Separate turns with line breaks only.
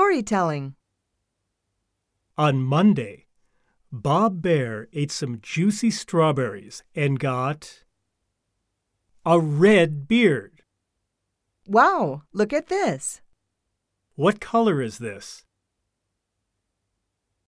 Storytelling.
On Monday, Bob Bear ate some juicy strawberries and got a red beard.
Wow, look at this.
What color is this?